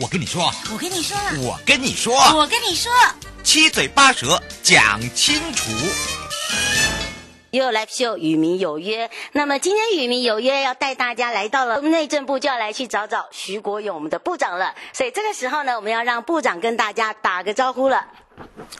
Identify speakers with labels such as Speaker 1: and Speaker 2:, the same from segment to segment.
Speaker 1: 我跟你说，啊
Speaker 2: 我跟你说了，
Speaker 1: 我跟你说，
Speaker 2: 我跟你说，
Speaker 1: 七嘴八舌讲清楚。
Speaker 2: 又来秀与民有约。那么今天与民有约要带大家来到了内政部，就要来去找找徐国勇我们的部长了。所以这个时候呢，我们要让部长跟大家打个招呼了。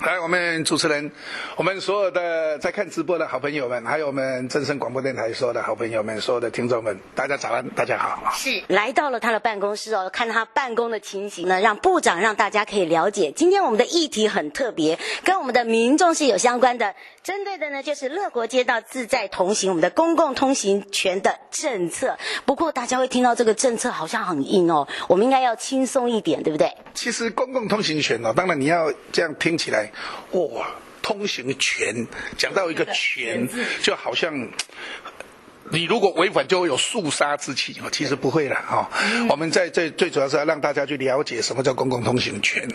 Speaker 3: 来，我们主持人，我们所有的在看直播的好朋友们，还有我们正声广播电台所有的好朋友们，所有的听众们，大家早安，大家好。
Speaker 2: 是来到了他的办公室哦，看他办公的情形呢，让部长让大家可以了解。今天我们的议题很特别，跟我们的民众是有相关的，针对的呢就是乐国街道自在同行我们的公共通行权的政策。不过大家会听到这个政策好像很硬哦，我们应该要轻松一点，对不对？
Speaker 3: 其实公共通行权哦，当然你要这样听起来，哇、通行权讲到一个权，就好像。你如果违反，就会有肃杀之气哦。其实不会了哈、我们在这最主要是要让大家去了解什么叫公共通行权。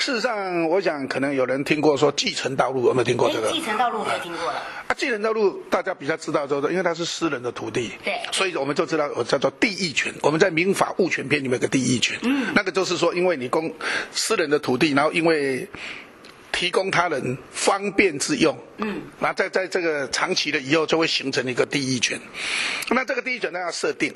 Speaker 3: 事实上，我想可能有人听过说继承道路，有没有听过这个？
Speaker 2: 承哎道路没听过了，
Speaker 3: 啊，继承道路大家比较知道，就是因为它是私人的土地，
Speaker 2: 对
Speaker 3: 所以我们就知道我叫做地役权。我们在民法物权篇里面有个地役权，嗯，那个就是说，因为你公私人的土地，然后因为。提供他人方便之用，嗯，那在在这个长期的以后就会形成一个地役权，那这个地役权呢要设定，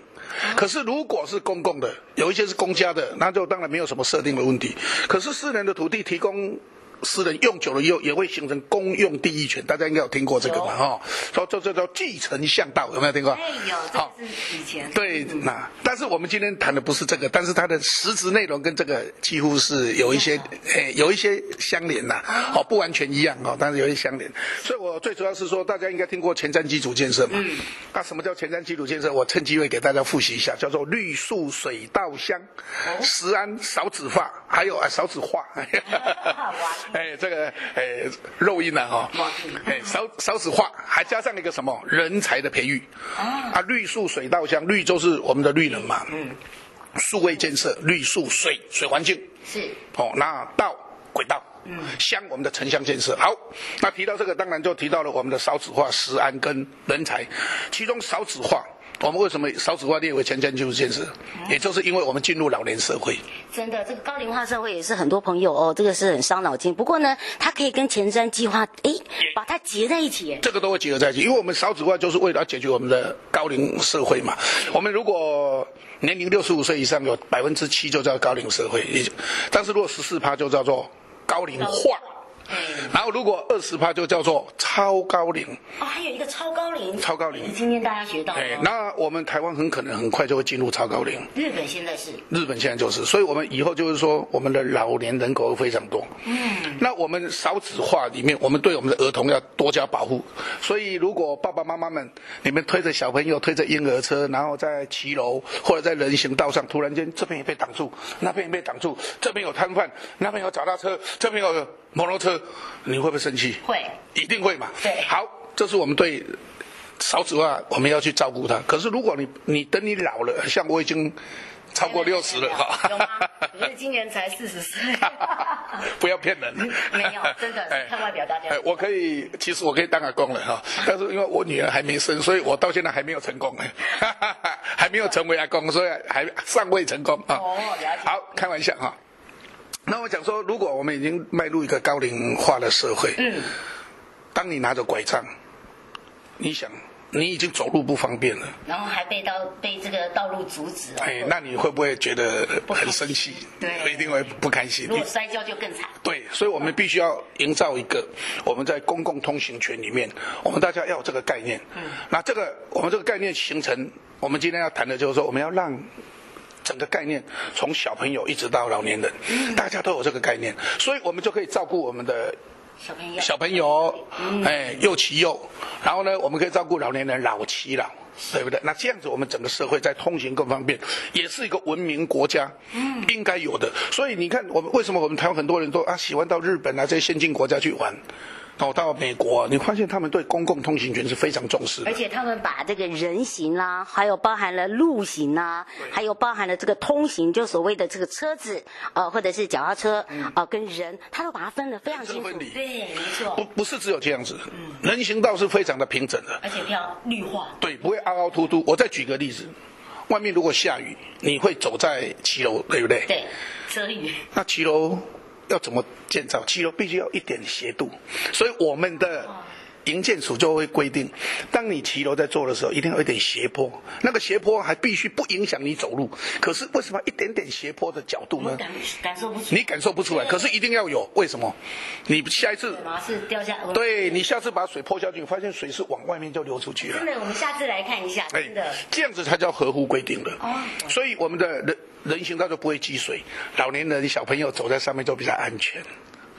Speaker 3: 可是如果是公共的，有一些是公家的，那就当然没有什么设定的问题。可是私人的土地提供私人用久了以后，也会形成公用地役权，大家应该有听过这个吧？哈，说这这叫继承巷道，有没有听过？
Speaker 2: 哎
Speaker 3: 好，
Speaker 2: 是以前
Speaker 3: 对，那但是我们今天谈的不是这个，但是它的实质内容跟这个几乎是有一些，诶、有一些相连呐、哦，不完全一样哦，但是有一些相连。所以我最主要是说，大家应该听过前瞻基础建设嘛。嗯。那什么叫前瞻基础建设？我趁机会给大家复习一下，叫做绿树水稻香、石安少子化，还有啊少子 化。哎，这个哎肉音啊、哈、哎少少子化，还加上一个什么人才的培育啊，绿树水稻香，绿就是我们的绿能嘛，嗯，数位建设、绿树水水环境，
Speaker 2: 是
Speaker 3: 哦，那道轨道，嗯，乡我们的城乡建设。好，那提到这个，当然就提到了我们的少子化、食安跟人才，其中少子化。我们为什么少子化列为前瞻基础建设？也就是因为我们进入老年社会，
Speaker 2: 真的，这个高龄化社会也是很多朋友哦，这个是很伤脑筋。不过呢，它可以跟前瞻计划，诶，把它结在一起，诶
Speaker 3: 这个都会结合在一起，因为我们少子化就是为了要解决我们的高龄社会嘛。我们如果年龄六十五岁以上有百分之七就叫高龄社会，也就但是如果十四趴就叫做高龄化，然后如果二十趴就叫做超高龄。
Speaker 2: 哦，还有一个超高龄，
Speaker 3: 超高龄
Speaker 2: 今天大家学到了
Speaker 3: 哎
Speaker 2: 哦，
Speaker 3: 那我们台湾很可能很快就会进入超高龄。
Speaker 2: 日本现在是
Speaker 3: 日本现在就是，所以我们以后就是说，我们的老年人口会非常多。嗯，那我们少子化里面，我们对我们的儿童要多加保护。所以，如果爸爸妈妈们，你们推着小朋友推着婴儿车，然后在骑楼或者在人行道上，突然间这边也被挡住，那边也被挡住，这边有摊贩，那边有脚踏车，这边有摩托车，你会不会生气？
Speaker 2: 会
Speaker 3: 一定会嘛。
Speaker 2: 对
Speaker 3: 好，这是我们对少子化，我们要去照顾它。可是如果你你等你老了，像我已经超过六十了
Speaker 2: 有吗
Speaker 3: 哈，？
Speaker 2: 可是今年才四十 岁，
Speaker 3: 不要骗人，
Speaker 2: 没有真的
Speaker 3: 哎
Speaker 2: 看外表大家
Speaker 3: 哎，我可以，其实我可以当阿公了哈，但是因为我女儿还没生，所以我到现在还没有成功， 还没有成为阿公，所以还尚未成功啊。
Speaker 2: 哦了解
Speaker 3: 好，开玩笑哈。那我讲说，如果我们已经迈入一个高龄化的社会，嗯，当你拿着拐杖，你想你已经走路不方便了，
Speaker 2: 然后还被道被这个道路阻止哦。
Speaker 3: 哎，那你会不会觉得很生气？
Speaker 2: 不开心对
Speaker 3: 一定会不开心。
Speaker 2: 如果摔跤就更惨。
Speaker 3: 对，所以我们必须要营造一个我们在公共通行权里面，我们大家要有这个概念。嗯，那这个我们这个概念形成，我们今天要谈的就是说，我们要让整个概念从小朋友一直到老年人，大家都有这个概念，所以我们就可以照顾我们的
Speaker 2: 小朋友，
Speaker 3: 小朋友，哎，幼其幼，然后呢，我们可以照顾老年人老其老，对不对？那这样子，我们整个社会在通行更方便，也是一个文明国家，嗯，应该有的。所以你看，我们为什么我们台湾很多人都啊喜欢到日本啊这些先进国家去玩，哦，到美国、你发现他们对公共通行权是非常重视的
Speaker 2: 而。且他们把这个人行啦、还有包含了路行啦、还有包含了这个通行，就所谓的这个车子，呃，或者是脚踏车，呃，跟人，他都把它分得非常清楚。
Speaker 3: 嗯人车分离
Speaker 2: 对，没
Speaker 3: 不
Speaker 2: 错，
Speaker 3: 不是只有这样子，
Speaker 2: 嗯
Speaker 3: 人行道是非常的平整的，
Speaker 2: 而且要绿化。
Speaker 3: 对，不会凹凹凸凸。我再举个例子，外面如果下雨，你会走在骑楼，对不对？
Speaker 2: 对，遮雨。
Speaker 3: 那骑楼要怎么建造？骑楼必须要一点斜度，所以我们的营建署就会规定，当你骑楼在做的时候，一定要有一点斜坡，那个斜坡还必须不影响你走路。可是为什么一点点斜坡的角度
Speaker 2: 我
Speaker 3: 呢？
Speaker 2: 感啊感受不出
Speaker 3: 你感受不出来，可是一定要有，为什么？你下一次，
Speaker 2: 毛是掉下。我们，
Speaker 3: 对你下次把水泼下去，发现水是往外面就流出去了
Speaker 2: 真。的，我们下次来看一下，真的。
Speaker 3: 哎这样子才叫合乎规定的。
Speaker 2: 哦
Speaker 3: 所以我们的人人行道就不会积水，老年人、小朋友走在上面就比较安全。
Speaker 2: 哦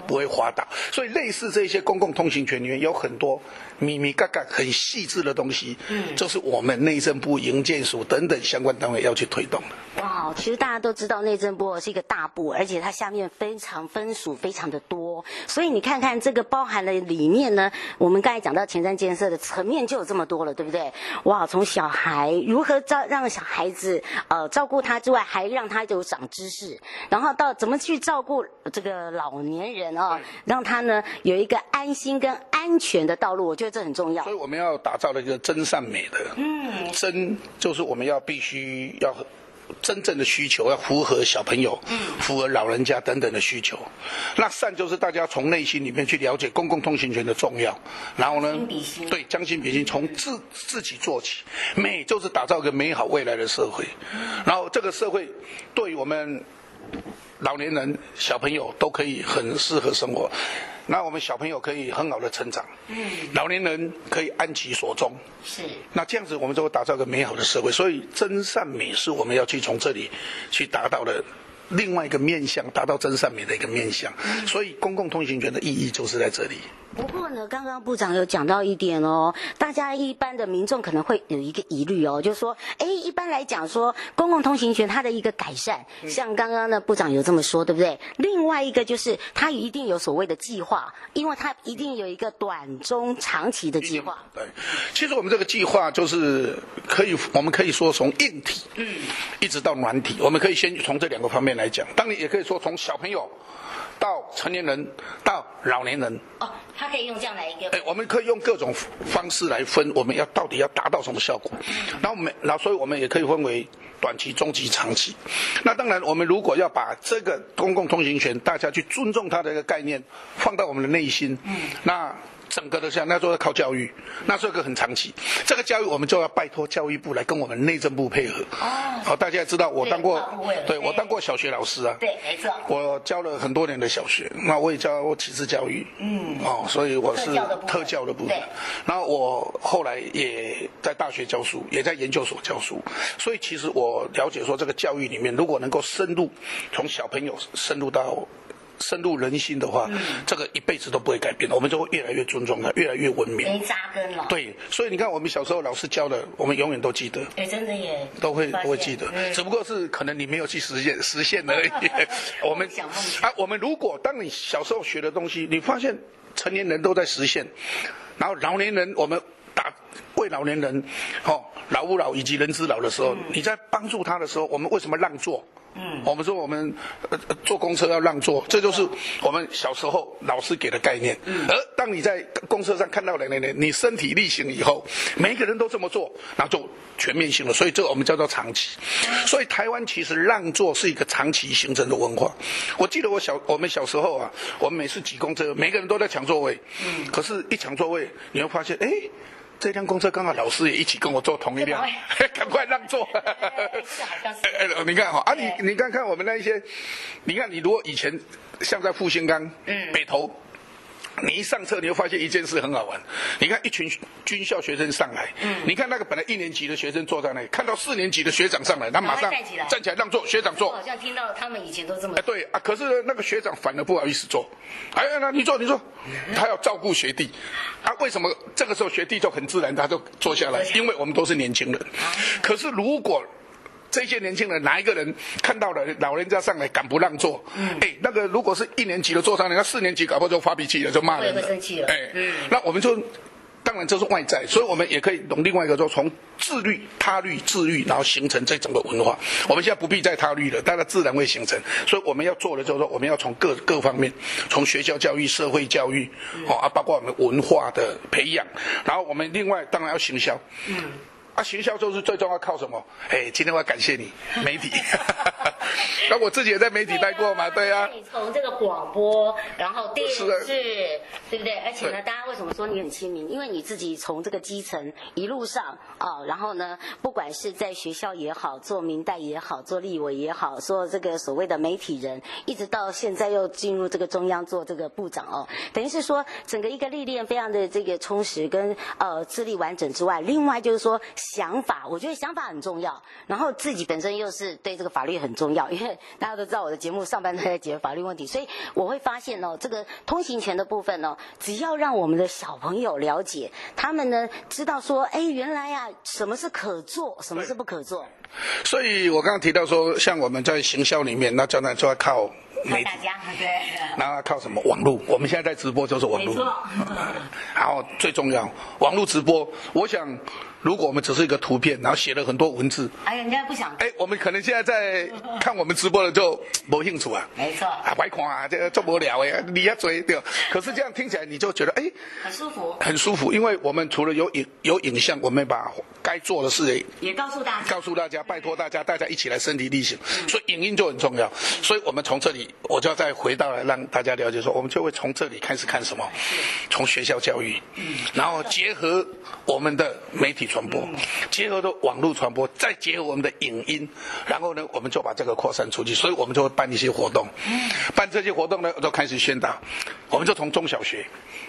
Speaker 3: 不会滑倒，所以类似这些公共通行权里面有很多米米嘎嘎很细致的东西，嗯，就是我们内政部、营建署等等相关单位要去推动的。
Speaker 2: 哇，其实大家都知道内政部是一个大部，而且它下面非常分属非常的多，所以你看看这个包含了里面呢，我们刚才讲到前瞻建设的层面就有这么多了，对不对？哇，从小孩如何照让小孩子呃照顾他之外，还让他有长知识，然后到怎么去照顾这个老年人啊、让他呢有一个安心跟安全的道路，我觉得这很重要
Speaker 3: 所。以我们要打造了一个真善美的，嗯，真就是我们要必须要真正的需求，要符合小朋友，嗯，符合老人家等等的需求。那善就是大家从内心里面去了解公共通行权的重要，然后呢
Speaker 2: 将心比，心
Speaker 3: 对，将心比心，从自自己做起。美就是打造一个美好未来的社会，然后这个社会对我们老年人、小朋友都可以很适合生活。那我们小朋友可以很好的成长，嗯，老年人可以安其所终。
Speaker 2: 是，
Speaker 3: 那这样子，我们就会打造一个美好的社会。所以，真善美是我们要去从这里去达到的另外一个面向，达到真善美的一个面向。所以，公共通行权的意义就是在这里。
Speaker 2: 不过呢，刚刚部长有讲到一点哦，大家一般的民众可能会有一个疑虑哦，就是说，哎，一般来讲说公共通行权它的一个改善，像刚刚呢部长有这么说，对不对？另外一个就是它一定有所谓的计划，因为它一定有一个短、中、长期的计划。
Speaker 3: 对，其实我们这个计划就是可以，我们可以说从硬体，嗯，一直到软体，我们可以先从这两个方面来讲。当然，也可以说从小朋友到成年人到老年人，
Speaker 2: 哦，它可以用这样来一个
Speaker 3: 哎，我们可以用各种方式来分，我们要到底要达到什么效果？
Speaker 2: 嗯
Speaker 3: 那我们，那所以我们也可以分为短期、中期、长期。那当然，我们如果要把这个公共通行权，大家去尊重它的一个概念，放到我们的内心，
Speaker 2: 嗯
Speaker 3: 那。整个的像那时候要靠教育，那是一个很长期。这个教育我们就要拜托教育部来跟我们内政部配合。
Speaker 2: 哦
Speaker 3: 好，大家也知道我当过
Speaker 2: 对跨部委，
Speaker 3: 对我
Speaker 2: 对
Speaker 3: 当过小学老师啊。
Speaker 2: 对，没错
Speaker 3: 我教了很多年的小学，那我也教过体制教育，嗯，哦，所以我是
Speaker 2: 特教的部分
Speaker 3: 特教的部分
Speaker 2: 对。
Speaker 3: 然后我后来也在大学教书，也在研究所教书，所以其实我了解说，这个教育里面如果能够深入，从小朋友深入到。深入人心的话，
Speaker 2: 嗯
Speaker 3: 这个一辈子都不会改变的，我们就会越来越尊重他，越来越文明。
Speaker 2: 没扎根了。，
Speaker 3: 对，所以你看，我们小时候老师教的，我们永远都记得。
Speaker 2: 哎，真的耶，
Speaker 3: 都会
Speaker 2: 发现
Speaker 3: 都会记得，
Speaker 2: 嗯。
Speaker 3: 只不过是可能你没有去实现实现而已 我们
Speaker 2: 梦想梦想
Speaker 3: 啊，我们如果当你小时候学的东西，你发现成年人都在实现，然后老年人我们打为老年人，哦，老吾老以及人之老的时
Speaker 2: 嗯
Speaker 3: 候，你在帮助他的时候，我们为什么让座？嗯，我们说我们呃呃坐公车要让座，这就是我们小时候老师给的概念。嗯，而当你在公车上看到两年人，你身体力行以后，每一个人都这么做，那就全面性了。所以这个我们叫做长期。所以台湾其实让座是一个长期形成的文化。我记得我小我们小时候啊，我们每次挤公车，每个人都在抢座位。嗯，可是，一抢座位，你会发现，哎。这辆公车刚好老师也一起跟我坐同一辆
Speaker 2: 哎，
Speaker 3: 赶快让座。
Speaker 2: 是哎好像是
Speaker 3: 哎 哎你看哈啊，你
Speaker 2: 对
Speaker 3: 你看看我们那一些，你看你如果以前像在复兴岗、嗯、北投。你一上车，你会发现一件事很好玩。你看一群军校学生上来，你看那个本来一年级的学生坐在那里，看到四年级的学长上来，他马
Speaker 2: 赶
Speaker 3: 上
Speaker 2: 快站起来
Speaker 3: 站起来让座，学长坐
Speaker 2: 我。好像听到他们以前都这么
Speaker 3: 哎，。对啊，可是呢那个学长反而不好意思做，哎，那你坐，你坐，他要照顾学弟，啊，为什么这个时候学弟就很自然，他就坐下来？啊因为我们都是年轻人。可是如果这些年轻人哪一个人看到了老人家上来敢不让座？哎，那个如果是一年级的坐上来，那四年级搞不好就发脾气了，就骂人
Speaker 2: 会
Speaker 3: 了，
Speaker 2: 会生气了嗯
Speaker 3: 哎，那我们就。当然这是外在，所以我们也可以从另外一个说，从自律、他律、自律，然后形成这整个文化。我们现在不必再他律了，但它自然会形成。所以我们要做的就是说，我们要从各各方面，从学校教育、社会教育，
Speaker 2: 嗯
Speaker 3: 哦啊，包括我们文化的培养，然后我们另外当然要行销。
Speaker 2: 嗯
Speaker 3: 啊，行销就是最重要靠什么？哎，今天我要感谢你，媒体。那我自己也在媒体待过嘛，对呀、
Speaker 2: 啊
Speaker 3: 啊
Speaker 2: 你从这个广播，然后电视
Speaker 3: 是啊，
Speaker 2: 对不对？而且呢，
Speaker 3: 对
Speaker 2: 大家为什么说你很亲民？因为你自己从这个基层一路上啊、然后呢，不管是在学校也好，做明代也好，做立委也好，做这个所谓的媒体人，一直到现在又进入这个中央做这个部长哦，等于是说整个一个历练非常的这个充实跟呃智力完整之外，另外就是说想法，我觉得想法很重要，然后自己本身又是对这个法律很重要，因为大家都知道我的节目上半段在解法律问题，所以我会发现哦，这个通行权的部分哦，只要让我们的小朋友了解，他们呢知道说，哎，原来呀、什么是可做，什么是不可做，
Speaker 3: 所以我刚刚提到说，像我们在行销里面，那当然就要靠媒体
Speaker 2: 大，家对。
Speaker 3: 那靠什么网络？我们现在在直播就是网
Speaker 2: 没
Speaker 3: 络
Speaker 2: 错，
Speaker 3: 然后最重要，网络直播，我想如果我们只是一个图片，然后写了很多文字，
Speaker 2: 哎呀，人家不想
Speaker 3: 哎，我们可能现在在看我们直播的就没兴趣啊。
Speaker 2: 没错
Speaker 3: 啊，白看啊，这个做不了哎，你要嘴对。可是这样听起来你就觉得哎，
Speaker 2: 很舒服，
Speaker 3: 很舒服，因为我们除了有影有影像，我们把该做的事也
Speaker 2: 也告诉大家
Speaker 3: 告诉大家，拜托大家，大家一起来身体力行。所以影音就很重要。所以我们从这里，我就要再回到来让大家了解说，我们就会从这里开始看什么，从学校教育，然后结合我们的媒体传播，结合的网络传播，再结合我们的影音，然后呢，我们就把这个扩散出去。所以我们就会办一些活动，办这些活动呢，我就开始宣导，我们就从中小学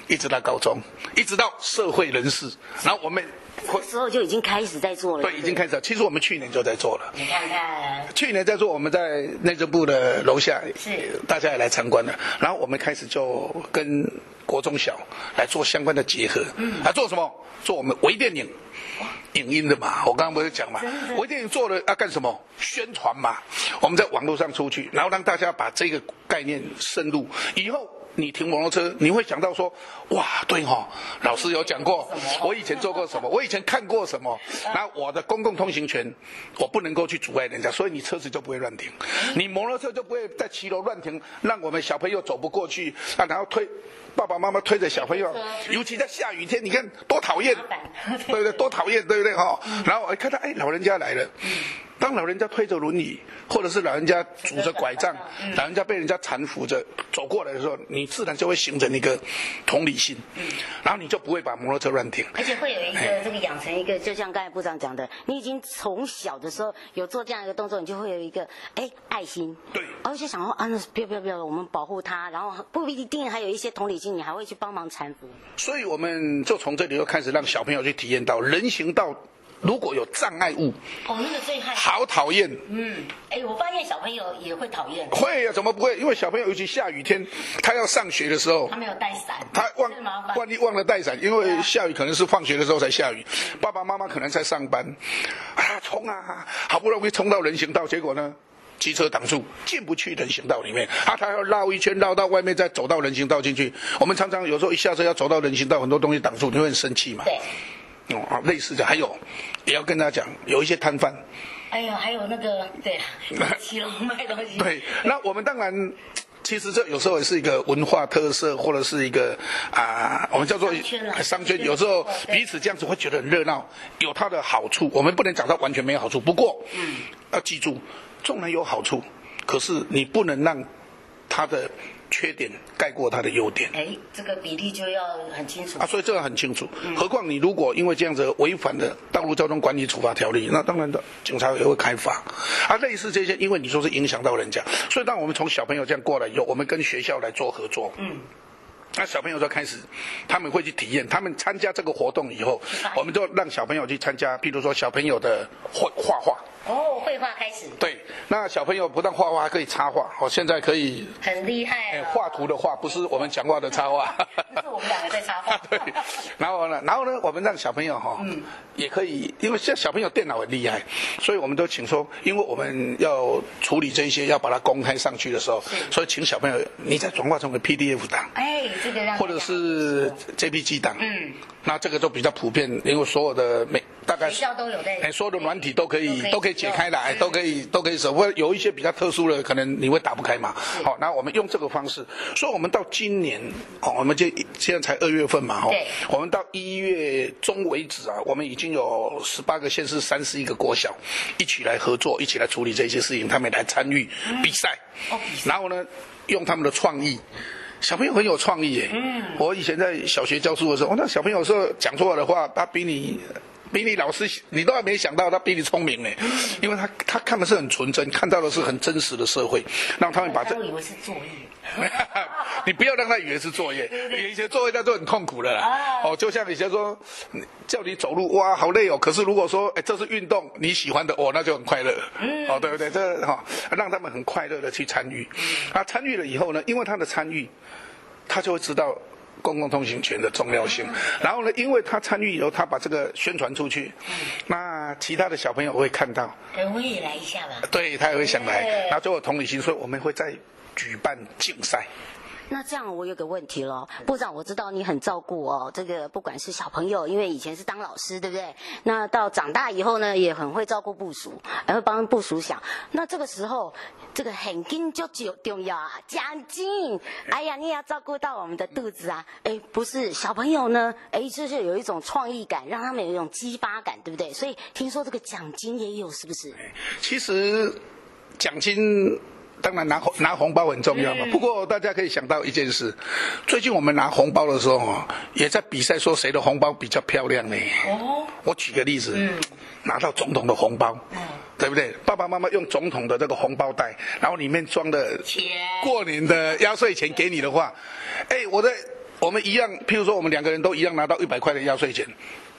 Speaker 3: 一直到高中，一直到社会人士，然后我们会
Speaker 2: 那。时候就已经开始在做了，
Speaker 3: 对，已经开始了。其实我们去年就在做了。
Speaker 2: 你看看，
Speaker 3: 去年在做，我们在内政部的楼下，
Speaker 2: 是
Speaker 3: 呃大家也来参观了。然后我们开始就跟国中小来做相关的结合，嗯，啊，做什么？做我们微电影。影音的嘛，我刚刚不是讲嘛，微电影做了要干什么？宣传嘛，我们在网络上出去，然后让大家把这个概念深入。以后你停摩托车，你会想到说，哇，对哈、老师有讲过，我以前做过什么，我以前看过什么。
Speaker 2: 啊
Speaker 3: 那我的公共通行权，我不能够去阻碍人家，所以你车子就不会乱停，你摩托车就不会在骑楼乱停，让我们小朋友走不过去啊，然后推。爸爸妈妈推着小朋友，尤其在下雨天，你看多讨厌
Speaker 2: 啊麻烦，
Speaker 3: 对不对？多讨厌，对不对？哈、然后我一看到，哎，老人家来了。当老人家推着轮椅，或者是老人家拄着拐杖，老人家被人家搀扶着走过来的时候，你自然就会形成一个同理心，然后你就不会把摩托车乱停。
Speaker 2: 而且会有一
Speaker 3: 哎
Speaker 2: 个这个养成一个，就像刚才部长讲的，你已经从小的时候有做这样一个动作，你就会有一个哎爱心，
Speaker 3: 对
Speaker 2: 而且想说啊，那不要不要不要，我们保护他，然后不一定还有一些同理心，你还会去帮忙搀扶，
Speaker 3: 所以我们就从这里又开始让小朋友去体验到人行道如果有障碍物，
Speaker 2: 哦，那个最害怕，
Speaker 3: 好讨厌。
Speaker 2: 嗯，哎，我发现小朋友也会讨厌，
Speaker 3: 会呀、啊，怎么不会？因为小朋友尤其下雨天，他要上学的时候
Speaker 2: 他，没有带伞，
Speaker 3: 他忘
Speaker 2: 真麻烦，啊
Speaker 3: 万一忘了带伞，因为下雨可能是放学的时候才下雨，爸爸妈妈可能在上班，啊冲啊，好不容易冲到人行道，结果呢？机车挡住，进不去人行道里面啊！他要绕一圈，绕到外面，再走到人行道进去。我们常常有时候一下车要走到人行道，很多东西挡住，你会很生气嘛？
Speaker 2: 对，
Speaker 3: 哦，啊类似的还有，也要跟他讲，有一些摊贩，
Speaker 2: 哎呦，还有那个 对，骑楼卖东西，
Speaker 3: 对，那我们当然，其实这有时候也是一个文化特色，或者是一个啊、我们叫做
Speaker 2: 商圈啦
Speaker 3: 商圈。有时候彼此这样子会觉得很热闹，有它的好处。我们不能讲它完全没有好处，不过，嗯，要记住，纵然有好处，可是你不能让它的缺点盖过它的优点。
Speaker 2: 哎，这个比例就要很清楚
Speaker 3: 啊，，所以这个很清楚。何况你如果因为这样子违反了《道路交通管理处罚条例》，那当然的，警察也会开罚。啊，类似这些，因为你说是影响到人家，所以当我们从小朋友这样过来以后，我们跟学校来做合作。嗯。那小朋友就开始，他们会去体验。他们参加这个活动以后，我们就让小朋友去参加，譬如说小朋友的绘画画。
Speaker 2: 哦，绘画开始，
Speaker 3: 对，那小朋友不但画画，还可以插画。哦，现在可以
Speaker 2: 很厉害哦
Speaker 3: 哎，
Speaker 2: 了。
Speaker 3: 画图的画不是我们讲话的插画，
Speaker 2: 不是我们两个在插话
Speaker 3: 对，然后呢，然后呢，我们让小朋友哈、
Speaker 2: 嗯
Speaker 3: 也可以，因为现在小朋友电脑很厉害，所以我们都请说，因为我们要处理这一些，要把它公开上去的时候，所以请小朋友你再转化成为 PDF 档，
Speaker 2: 哎，这个让
Speaker 3: 或者是 JPG 档，
Speaker 2: 嗯，
Speaker 3: 那这个都比较普遍，因为所有的每大概
Speaker 2: 学校都有在
Speaker 3: 哎，所有的软体都可以
Speaker 2: 都可以
Speaker 3: 都可以解开来，
Speaker 2: 嗯
Speaker 3: 都可以都可以手，或者有一些比较特殊的，可能你会打不开嘛。
Speaker 2: 嗯
Speaker 3: 好，那我们用这个方式，所以我们到今年哦，我们就现在才二月份嘛，哦
Speaker 2: 对，
Speaker 3: 我们到一月中为止啊，我们已经有十八个县市、三十一个国小一起来合作，一起来处理这些事情，他们也来参与嗯哦比赛，然后呢，用他们的创意。小朋友很有创意耶。嗯，我以前在小学教书的时候，哦，那小朋友说讲错的话，他比你。比你老师，你都还没想到他比你聪明呢，因为他他看的是很纯真，看到的是很真实的社会，让他们把这
Speaker 2: 都以为是作业，
Speaker 3: 你不要让他以为是作业，以前作业那都很痛苦的啦。哦，就像以前说，你叫你走路，哇，好累哦。可是如果说，哎，这是运动，你喜欢的，哦，那就很快乐。哦，对不对？这哈、让他们很快乐的去参与。啊，参与了以后呢，因为他的参与，他就会知道。公共通行权的重要性，然后呢，因为他参与以后，他把这个宣传出去，那其他的小朋友会看到，
Speaker 2: 哎，我也来一下吧。
Speaker 3: 对他也会想来
Speaker 2: 对，
Speaker 3: 然后就有同理心，所以我们会再举办竞赛。
Speaker 2: 那这样我有个问题喽，部长，我知道你很照顾哦，这个不管是小朋友，因为以前是当老师，对不对？那到长大以后呢，也很会照顾部属，还会帮部属想。那这个时候，这个很金就就重要啊，奖金，哎呀，你也要照顾到我们的肚子啊。哎，不是小朋友呢，哎，就是有一种创意感，让他们有一种激发感，对不对？所以听说这个奖金也有，是不是？
Speaker 3: 其实奖金当然拿红拿红包很重要嘛。不过大家可以想到一件事，最近我们拿红包的时候哦，也在比赛说谁的红包比较漂亮呢？
Speaker 2: 哦，
Speaker 3: 我举个例子，拿到总统的红包，对不对？爸爸妈妈用总统的这个红包袋，然后里面装的
Speaker 2: 钱
Speaker 3: 过年的压岁钱给你的话，哎，我的我们一样，譬如说我们两个人都一样拿到一百块的压岁钱，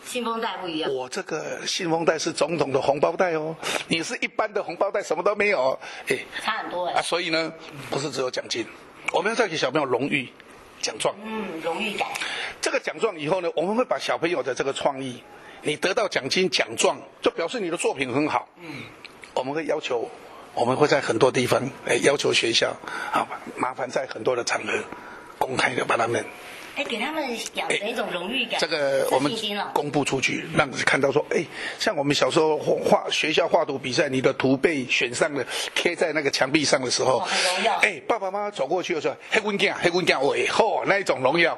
Speaker 2: 信封袋不一样。
Speaker 3: 我这个信封袋是总统的红包袋哦，你是一般的红包袋，什么都没有哦，哎
Speaker 2: 差很多欸
Speaker 3: 啊，所以呢，不是只有奖金，我们要再给小朋友荣誉奖状。
Speaker 2: 嗯，荣誉感，
Speaker 3: 这个奖状以后呢，我们会把小朋友的这个创意，你得到奖金奖状，就表示你的作品很好。嗯，我们会要求，我们会在很多地方，哎，要求学校啊，麻烦在很多的场合公开的把他们
Speaker 2: 哎，给他们养成一种荣誉感
Speaker 3: 哎这个我们
Speaker 2: 自信心了
Speaker 3: 公布出去，让人看到说，哎，像我们小时候画学校画图比赛，你的图被选上了，贴在那个墙壁上的时候
Speaker 2: 哦很荣耀，
Speaker 3: 哎，爸爸妈妈走过去的时候，黑棍剑，黑棍剑，啊我嚯，那一种荣耀，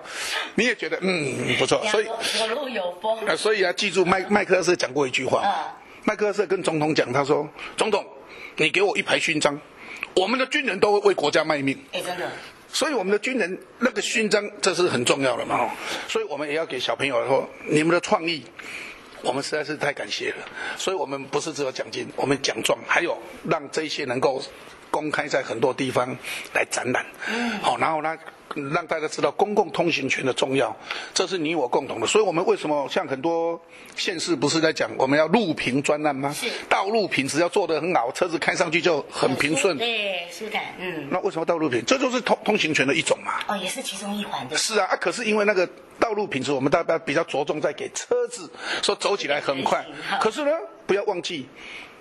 Speaker 3: 你也觉得嗯不错，所以
Speaker 2: 我路有风。
Speaker 3: 呃，所以啊，记住麦麦克阿瑟讲过一句话，
Speaker 2: 嗯
Speaker 3: 麦克阿瑟跟总统讲，他说，总统，你给我一排勋章，我们的军人都会为国家卖命。
Speaker 2: 哎，真的，
Speaker 3: 所以我们的军人那个勋章，这是很重要的嘛哦。所以我们也要给小朋友说，你们的创意，我们实在是太感谢了。所以我们不是只有奖金，我们奖状，还有让这些能够公开在很多地方来展览。嗯，好，然后呢？让大家知道公共通行权的重要，这是你我共同的。所以，我们为什么像很多县市不是在讲我们要路平专案吗？
Speaker 2: 是
Speaker 3: 道路品质要做得很好，车子开上去就很平顺。
Speaker 2: 对，舒坦，嗯，
Speaker 3: 那为什么道路品？这就是通通行权的一种嘛。
Speaker 2: 哦，也是其中一环的。
Speaker 3: 是啊，啊，可是因为那个道路品质，我们大家比较着重在给车子，说走起来很快
Speaker 2: 嗯好。
Speaker 3: 可是呢，不要忘记，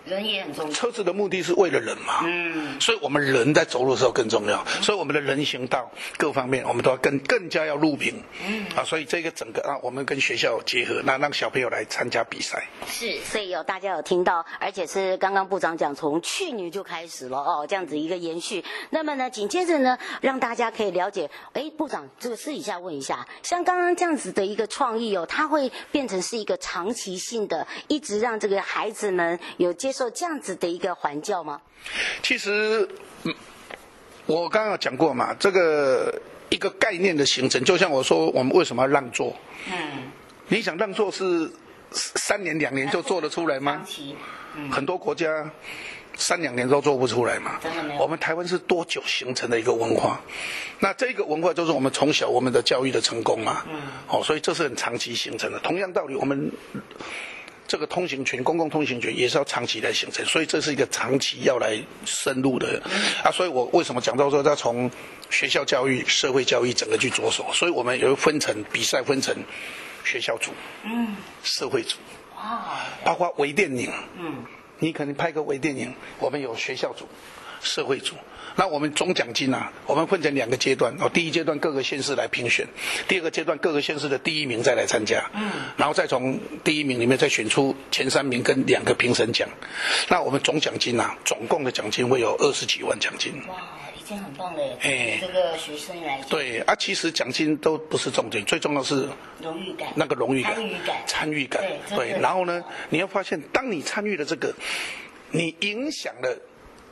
Speaker 2: 人也很重要。
Speaker 3: 车子的目的是为了人嘛。嗯。所以我们人在走路的时候更重要，所以我们的人行道各方面，我们都要更更加要路平。嗯。啊，所以这个整个啊，我们跟学校结合，那让小朋友来参加比赛。
Speaker 2: 是，所以有大家有听到，而且是刚刚部长讲，从去年就开始了哦，这样子一个延续。那么呢，紧接着呢，让大家可以了解，哎，部长，这个私底下问一下，像刚刚这样子的一个创意哦，它会变成是一个长期性的，一直让这个孩子们有接受这样子的一个环教吗？
Speaker 3: 其实，嗯，我刚刚有讲过嘛，这个一个概念的形成，就像我说，我们为什么要让座？
Speaker 2: 嗯，
Speaker 3: 你想让座是三三年两年就做得出来吗
Speaker 2: 长？期
Speaker 3: 很多国家三两年都做不出来嘛
Speaker 2: 真的没。有
Speaker 3: 我们台湾是多久形成的一个文化？那这个文化就是我们从小我们的教育的成功嘛。嗯。哦，所以这是很长期形成的。同样道理，我们这个通行权、公共通行权也是要长期来形成，所以这是一个长期要来深入的
Speaker 2: 嗯
Speaker 3: 啊。所以我为什么讲到说要从学校教育、社会教育整个去着手？所以我们有分成比赛，分成学校组、嗯、社会组，包括微电影，嗯，你可能拍个微电影，我们有学校组、社会组。那我们总奖金啊，我们分成两个阶段哦。第一阶段各个县市来评选，第二个阶段各个县市的第一名再来参加，嗯，然后再从第一名里面再选出前三名跟两个评审奖。那我们总奖金啊，总共的奖金会有二十几万奖金。
Speaker 2: 哇，已经很棒了耶！
Speaker 3: 哎
Speaker 2: 这个学生来讲，
Speaker 3: 对啊，其实奖金都不是重点，最重要是
Speaker 2: 荣誉感，
Speaker 3: 那个荣誉感、
Speaker 2: 参与感，
Speaker 3: 参与感
Speaker 2: 对真的
Speaker 3: 对。然后呢，你要发现，当你参与了这个，你影响了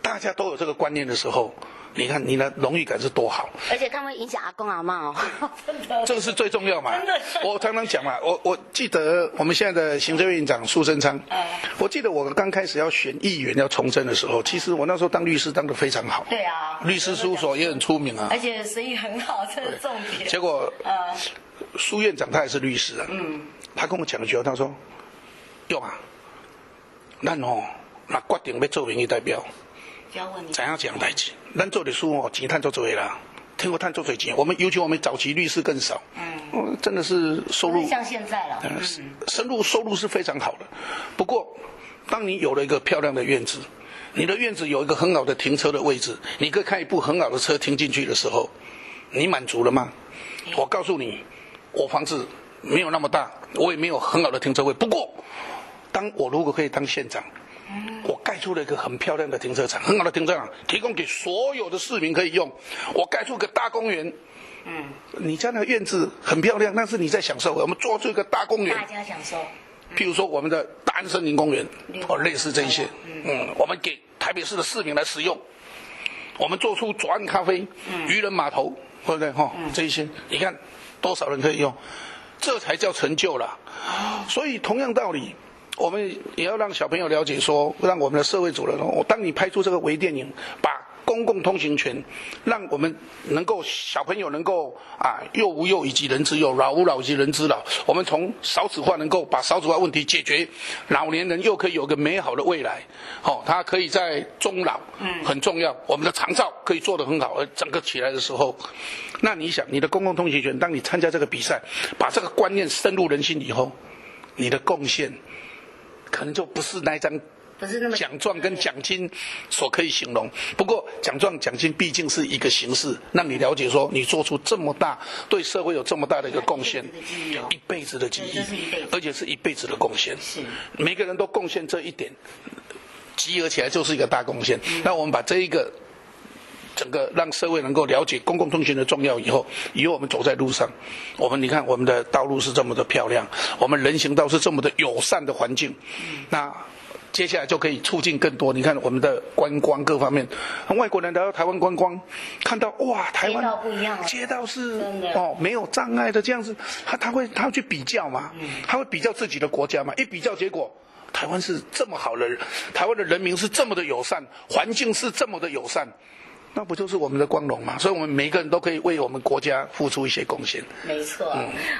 Speaker 3: 大家都有这个观念的时候，你看你的荣誉感是多好，
Speaker 2: 而且他们影响阿公阿妈哦， 真的
Speaker 3: 这个是最重要嘛
Speaker 2: 真的。
Speaker 3: 我常常讲嘛，我我记得我们现在的行政院长苏贞昌
Speaker 2: 嗯，
Speaker 3: 我记得我刚开始要选议员要从政的时候，其实我那时候当律师当得非常好，
Speaker 2: 对啊
Speaker 3: 律师事务所也很出名啊
Speaker 2: 而。且生意很好，这是重点。
Speaker 3: 结果
Speaker 2: 呃，
Speaker 3: 苏院长他也是律师啊，嗯，他跟我讲一句话，他说：“用啊，咱吼、那决定要做民意代表，
Speaker 2: 不要问你
Speaker 3: 怎样讲代志，咱做律师哦，钱赚做多啦，听过赚做多钱，我们尤其我们早期律师更少，嗯、真的是收
Speaker 2: 不是
Speaker 3: 入，
Speaker 2: 像现在了，嗯
Speaker 3: 呃是深入收入是非常好的。不过，当你有了一个漂亮的院子，你的院子有一个很好的停车的位置，你可以开一部很好的车停进去的时候，你满足了吗？我告诉你，我房子没有那么大，我也没有很好的停车位。不过，当我如果可以当县长。
Speaker 2: 嗯
Speaker 3: 我盖出了一个很漂亮的停车场，很好的停车场，提供给所有的市民可以用。我盖出个大公园，你家那个院子很漂亮，但是你在享受。我们做出一个大公园
Speaker 2: 大，家享受。
Speaker 3: 譬如说我们的大安森林公园
Speaker 2: 嗯，
Speaker 3: 哦，类似这一些，嗯，我们给台北市的市民来使用，我们做出左岸咖啡、渔人码头，对不对？哈、这一些，你看多少人可以用，这才叫成就啦。所以同样道理。我们也要让小朋友了解说，让我们的社会主人哦，我当你拍出这个微电影，把公共通行权，让我们能够小朋友能够啊，幼吾幼以及人之幼，老吾老以及人之老。我们从少子化能够把少子化问题解决，老年人又可以有个美好的未来。哦，他可以在中老，嗯，很重要。我们的长照可以做得很好，而整个起来的时候，那你想，你的公共通行权，当你参加这个比赛，把这个观念深入人心以后，你的贡献。可能就不是那一张
Speaker 2: 不是那么
Speaker 3: 奖状跟奖金所可以形容。不过奖状、奖金毕竟是一个形式，让你了解说你做出这么大对社会有这么大的一个贡献，一辈子的记忆
Speaker 2: 对这是一辈子，
Speaker 3: 而且是一辈子的贡献。
Speaker 2: 是
Speaker 3: 每个人都贡献这一点，集合起来就是一个大贡献。
Speaker 2: 嗯
Speaker 3: 那我们把这一个。整个让社会能够了解公共通行的重要以后，以后我们走在路上，我们你看我们的道路是这么的漂亮，我们人行道是这么的友善的环境，
Speaker 2: 嗯
Speaker 3: 那。接下来就可以促进更多。你看我们的观光各方面，外国人来到台湾观光，看到哇，台湾
Speaker 2: 街道不一样了
Speaker 3: 街道是
Speaker 2: 真的
Speaker 3: 哦没有障碍的这样子，他他会他会去比较嘛，
Speaker 2: 嗯
Speaker 3: 他会比较自己的国家嘛，一比较结果。台湾是这么好的，台湾的人民是这么的友善，环境是这么的友善，那不就是我们的光荣嘛？所以，我们每个人都可以为我们国家付出一些贡献。
Speaker 2: 没错，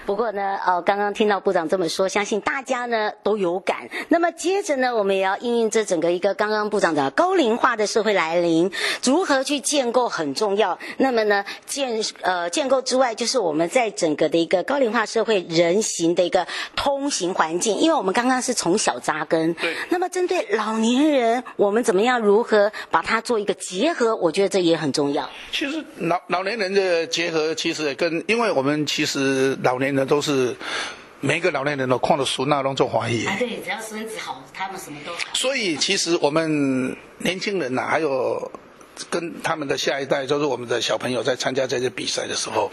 Speaker 2: 不过呢，呃，刚刚听到部长这么说，相信大家呢都有感。那么接着呢，我们也要应应这整个一个刚刚部长讲的高龄化的社会来临，如何去建构很重要。那么呢，建呃建构之外，就是我们在整个的一个高龄化社会人行的一个通行环境，因为我们刚刚是从小扎根。
Speaker 3: 对
Speaker 2: 那么针对老年人，我们怎么样如何把它做一个结合？我觉得这也很重要。
Speaker 3: 其实老老年人的结合，其实也跟因为我们其实老年人都是每一个老年人都看到熟那拢做怀疑。
Speaker 2: 哎对，只要孙子好，他们什么都好。
Speaker 3: 所以其实我们年轻人呐、还有跟他们的下一代，就是我们的小朋友，在参加这些比赛的时候，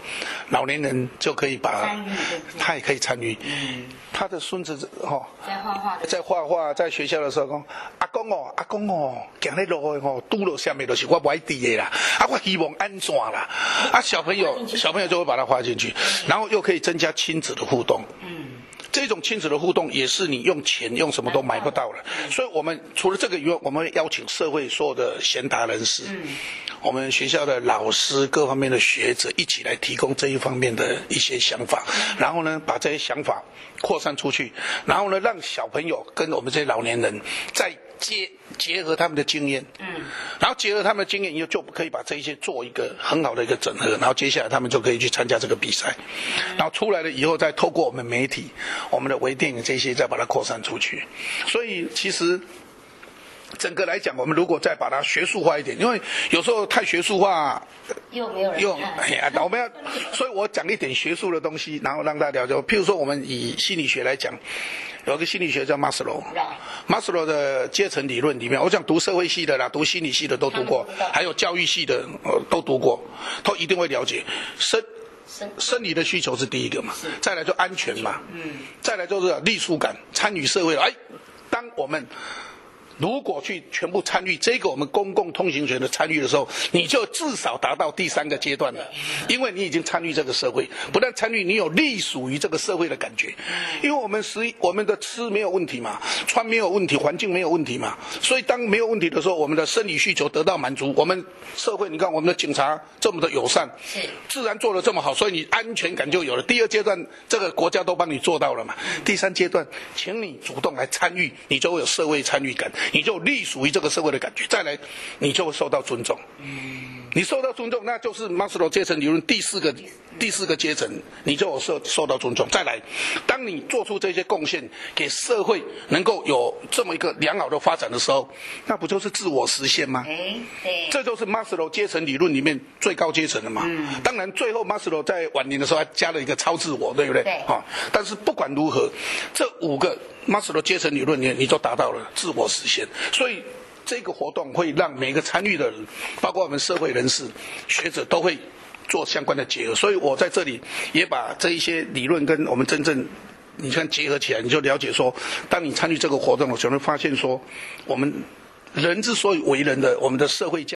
Speaker 3: 老年人就可以把
Speaker 2: 参与对不对
Speaker 3: 他也可以参与。
Speaker 2: 嗯
Speaker 3: 他的孙子哦，
Speaker 2: 在画画的
Speaker 3: 在画画，在学校的时候讲，阿公哦，阿公哦，行咧路的哦，拄落下面都是我不爱滴的啦，啊，我希望安怎啦？啊，小朋友，小朋友就会把它画进去，然后又可以增加亲子的互动。嗯，这种亲子的互动也是你用钱用什么都买不到的。所以我们除了这个以外，我们会邀请社会所有的贤达人士，我们学校的老师各方面的学者一起来提供这一方面的一些想法，然后呢，把这些想法扩散出去，然后呢，让小朋友跟我们这些老年人在。结结合他们的经验，嗯，然后结合他们的经验以后，就可以把这一些做一个很好的一个整合，然后接下来他们就可以去参加这个比赛，然后出来了以后，再透过我们媒体、我们的微电影这些，再把它扩散出去。所以其实整个来讲，我们如果再把它学术化一点，因为有时候太学术化，
Speaker 2: 又没有人
Speaker 3: 又
Speaker 2: 看
Speaker 3: 哎呀，我们要，所以我讲一点学术的东西，然后让大家了解。譬如说，我们以心理学来讲，有一个心理学叫马斯洛，马斯洛的阶层理论里面，我讲读社会系的啦，读心理系的都读过
Speaker 2: 他们都知道，
Speaker 3: 还有教育系的、呃、都读过，都一定会了解。生
Speaker 2: 生
Speaker 3: 生理的需求是第一个嘛，再来就安全嘛，嗯，再来就是隶属感，参与社会。哎，当我们如果去全部参与这个我们公共通行权的参与的时候，你就至少达到第三个阶段了，因为你已经参与这个社会，不但参与，你有隶属于这个社会的感觉。因为我们食我们的吃没有问题嘛，穿没有问题，环境没有问题嘛，所以当没有问题的时候，我们的生理需求得到满足，我们社会你看我们的警察这么的友善，自然做得这么好，所以你安全感就有了。第二阶段，这个国家都帮你做到了嘛。第三阶段，请你主动来参与，你就会有社会参与感，你就隶属于这个社会的感觉。再来，你就会受到尊重。你受到尊重，那就是马斯洛阶层理论第四个第四个阶层，你就有受受到尊重。再来，当你做出这些贡献，给社会能够有这么一个良好的发展的时候，那不就是自我实现吗？
Speaker 2: 哎，对，
Speaker 3: 这就是马斯洛阶层理论里面最高阶层的嘛。当然，最后马斯洛在晚年的时候还加了一个超自我，对不对？
Speaker 2: 对
Speaker 3: 啊、但是不管如何，这五个马斯洛阶层理论你你都达到了自我实现，所以。这个活动会让每个参与的人，包括我们社会人士、学者，都会做相关的结合。所以我在这里也把这一些理论跟我们真正。你看结合起来，你就了解说，当你参与这个活动的时候，你会发现说，我们人之所以为人的，我们的社会价。